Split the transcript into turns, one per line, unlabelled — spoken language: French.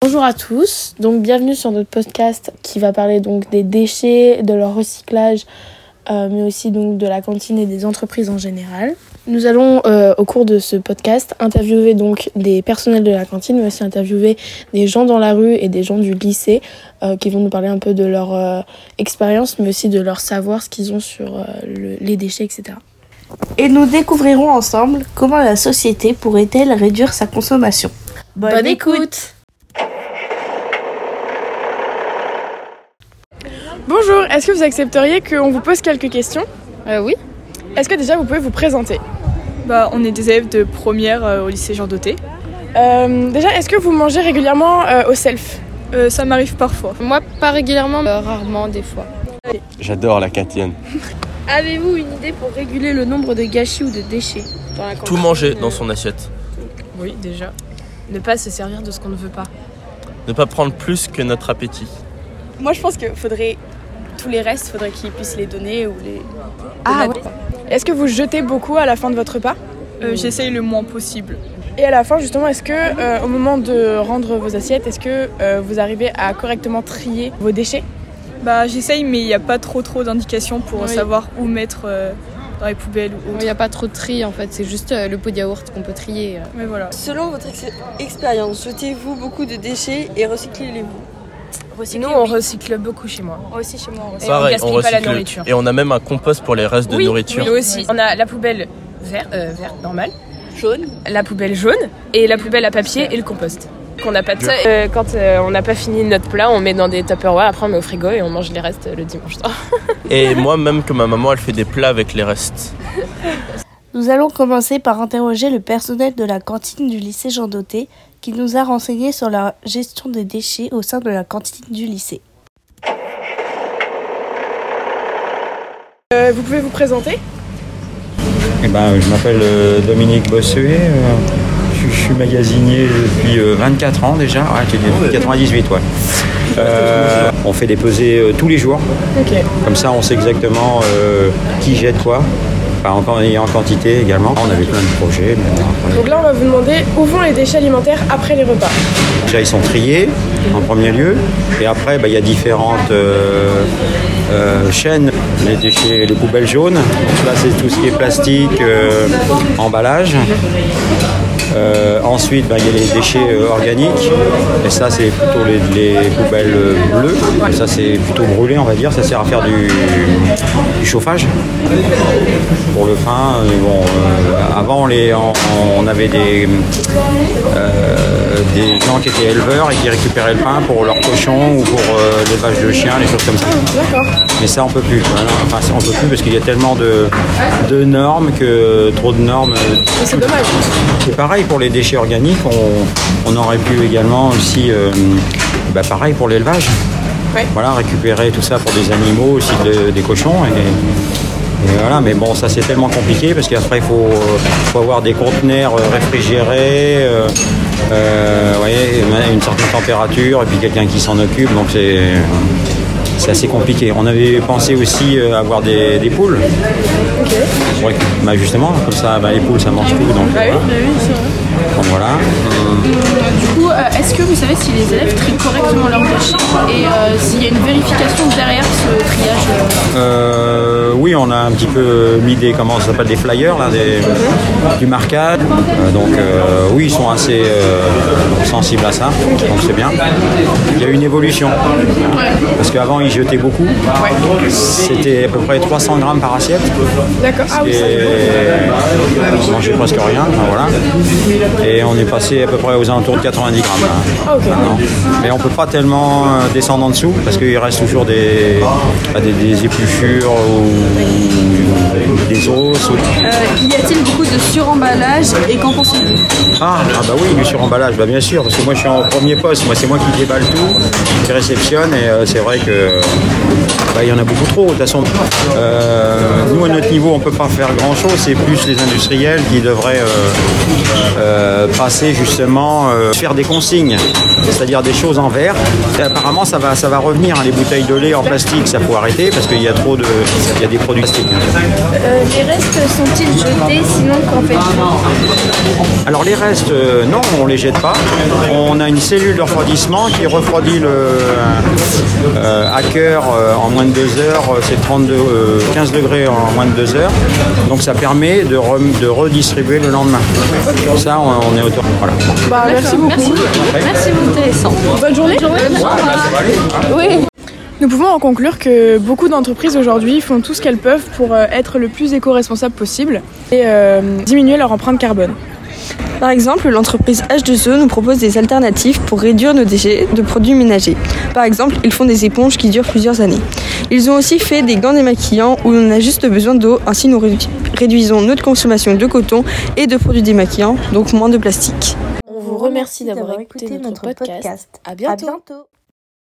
Bonjour à tous, donc bienvenue sur notre podcast qui va parler donc des déchets, de leur recyclage, euh, mais aussi donc de la cantine et des entreprises en général. Nous allons euh, au cours de ce podcast interviewer donc des personnels de la cantine, mais aussi interviewer des gens dans la rue et des gens du lycée euh, qui vont nous parler un peu de leur euh, expérience, mais aussi de leur savoir, ce qu'ils ont sur euh, le- les déchets, etc.
Et nous découvrirons ensemble comment la société pourrait-elle réduire sa consommation.
écoute
Bonjour, est-ce que vous accepteriez qu'on vous pose quelques questions
Euh, oui.
Est-ce que déjà vous pouvez vous présenter
Bah, on est des élèves de première euh, au lycée Jean Doté.
Euh, Déjà, est-ce que vous mangez régulièrement euh, au self
Euh, ça m'arrive parfois.
Moi, pas régulièrement, euh, rarement, des fois.
J'adore la cantine.
Avez-vous une idée pour réguler le nombre de gâchis ou de déchets dans la Euh.
Tout manger dans son assiette.
Oui, déjà. Ne pas se servir de ce qu'on ne veut pas.
Ne pas prendre plus que notre appétit.
Moi, je pense que faudrait tous les restes, faudrait qu'ils puissent les donner ou les.
Est-ce que vous jetez beaucoup à la fin de votre repas
Euh, J'essaye le moins possible.
Et à la fin, justement, est-ce que euh, au moment de rendre vos assiettes, est-ce que euh, vous arrivez à correctement trier vos déchets
Bah, j'essaye, mais il n'y a pas trop trop d'indications pour
Oui.
savoir où mettre euh, dans les poubelles ou
Il
autre.
n'y a pas trop de tri en fait, c'est juste euh, le pot de yaourt qu'on peut trier. euh.
Mais voilà.
Selon votre ex- expérience, jetez-vous beaucoup de déchets et recyclez-les-vous
Nous, on recycle beaucoup chez moi.
aussi chez moi.
Et
Pareil,
on gaspille pas la
recycle.
nourriture.
Et on a même un compost pour les restes de nourriture.
Nous aussi. On a la poubelle verte, euh, verte normale,
Jaune
la poubelle jaune et la poubelle à papier et le compost. Qu'on n'a pas de ça. Euh, quand euh, on n'a pas fini notre plat, on met dans des Tupperware, après on met au frigo et on mange les restes euh, le dimanche soir.
Et moi, même que ma maman, elle fait des plats avec les restes.
Nous allons commencer par interroger le personnel de la cantine du lycée Jean Doté qui nous a renseigné sur la gestion des déchets au sein de la cantine du lycée.
Euh, Vous pouvez vous présenter
Eh ben, je m'appelle euh, Dominique Bossuet. euh, Je, je suis magasinier depuis euh, 24 ans déjà. Ouais, tu dis 98, ouais. Euh, on fait des pesées euh, tous les jours.
Ok.
Comme ça, on sait exactement euh, qui jette quoi. Enfin, en, quan- et en quantité également. On avait plein de projets. mais bon, après,
Donc là, on va vous demander où vont les déchets alimentaires après les repas.
Déjà, ils sont triés en premier lieu. Et après, bah, il y a différentes euh, euh, chaînes. Les déchets, les poubelles jaunes. Donc là, c'est tout ce qui est plastique, euh, emballage. Euh, ensuite, bah, il y a les déchets euh, organiques. Et ça, c'est plutôt les, les poubelles euh, bleues. Et ça, c'est plutôt brûlé, on va dire. Ça sert à faire du, du chauffage. Pour le pain, euh, bon, euh, avant, on, les, on, on avait des, euh, des gens qui étaient éleveurs et qui récupéraient le pain pour leurs cochons ou pour euh, l'élevage de chiens, les choses comme ça. Mais ça, on peut plus. Voilà. Enfin, ça, on peut plus parce qu'il y a tellement de, de normes que trop de normes. euh,
C'est dommage.
C'est pareil pour les déchets organiques, on, on aurait pu également aussi, euh, bah, pareil pour l'élevage,
Ouais.
voilà, récupérer tout ça pour des animaux, aussi de- des cochons. Et, et voilà, mais bon, ça c'est tellement compliqué parce qu'après il faut, euh, faut avoir des conteneurs euh, réfrigérés, euh, euh, vous voyez, à une certaine température, et puis quelqu'un qui s'en occupe, donc c'est. C'est assez compliqué. On avait pensé aussi euh, avoir des, des poules. Ouais, bah, justement, comme ça, bah, les poules, ça mange tout. Donc,
Ah
voilà.
bah
Donc voilà.
Du coup, euh, est-ce que vous savez si les élèves trient correctement leurs déchets et euh, s'il y a une vérification derrière ce triage euh,
Euh, oui, on a un petit peu mis des comment ça s'appelle des flyers là, des- du marquage. Euh, donc euh, oui, ils sont assez euh, sensibles à ça, donc c'est bien. Il y a eu une évolution parce qu'avant ils jetaient beaucoup. C'était à peu près 300 grammes par assiette.
D'accord. Ah oui,
et
ça,
on mangeait presque rien, enfin, voilà. Et on est passé à peu près aux alentours de 90 grammes. là.
Ah, ok.
Non. Mais on peut pas tellement euh, descendre en dessous parce qu'il reste toujours des, bah, des, des épluchures ou des os. ou-
Y a-t-il beaucoup de suremballage et qu'en pensez-vous
Ah, ah bah oui, du suremballage, bah bien sûr, parce que moi je suis en premier poste, moi c'est moi qui déballe tout, qui réceptionne et euh, c'est vrai que bah, il y en a beaucoup trop. De toute façon, euh, nous à notre niveau on peut pas faire grand chose, c'est plus les industriels qui devraient euh, euh, passer justement euh, faire des consignes, c'est-à-dire des choses en verre. Et apparemment ça va ça va revenir, hein, les bouteilles de lait en plastique, ça faut arrêter parce qu'il y a trop de. Il y a des produits plastiques, bien sûr.
Euh, les restes sont-ils jetés Sinon, qu'en fait
Alors les restes, euh, non, on les jette pas. On a une cellule de refroidissement qui refroidit le euh, à cœur euh, en moins de deux heures. euh, C'est 32, euh, 15 degrés en moins de deux heures. Donc ça permet de, re- de redistribuer le lendemain. Ça, on, on est autour. Voilà.
Bah, merci beaucoup.
Merci. Merci,
intéressant. Bonne journée. Oui. Nous pouvons en conclure que beaucoup d'entreprises aujourd'hui font tout ce qu'elles peuvent pour euh, être le plus éco-responsable possible et euh, diminuer leur empreinte carbone.
Par exemple, l'entreprise H2E nous propose des alternatives pour réduire nos déchets de produits ménagers. Par exemple, ils font des éponges qui durent plusieurs années. Ils ont aussi fait des gants démaquillants où on a juste besoin d'eau, ainsi nous rédu- réduisons notre consommation de coton et de produits démaquillants, donc moins de plastique.
On vous remercie d'avoir écouté notre podcast. À bientôt.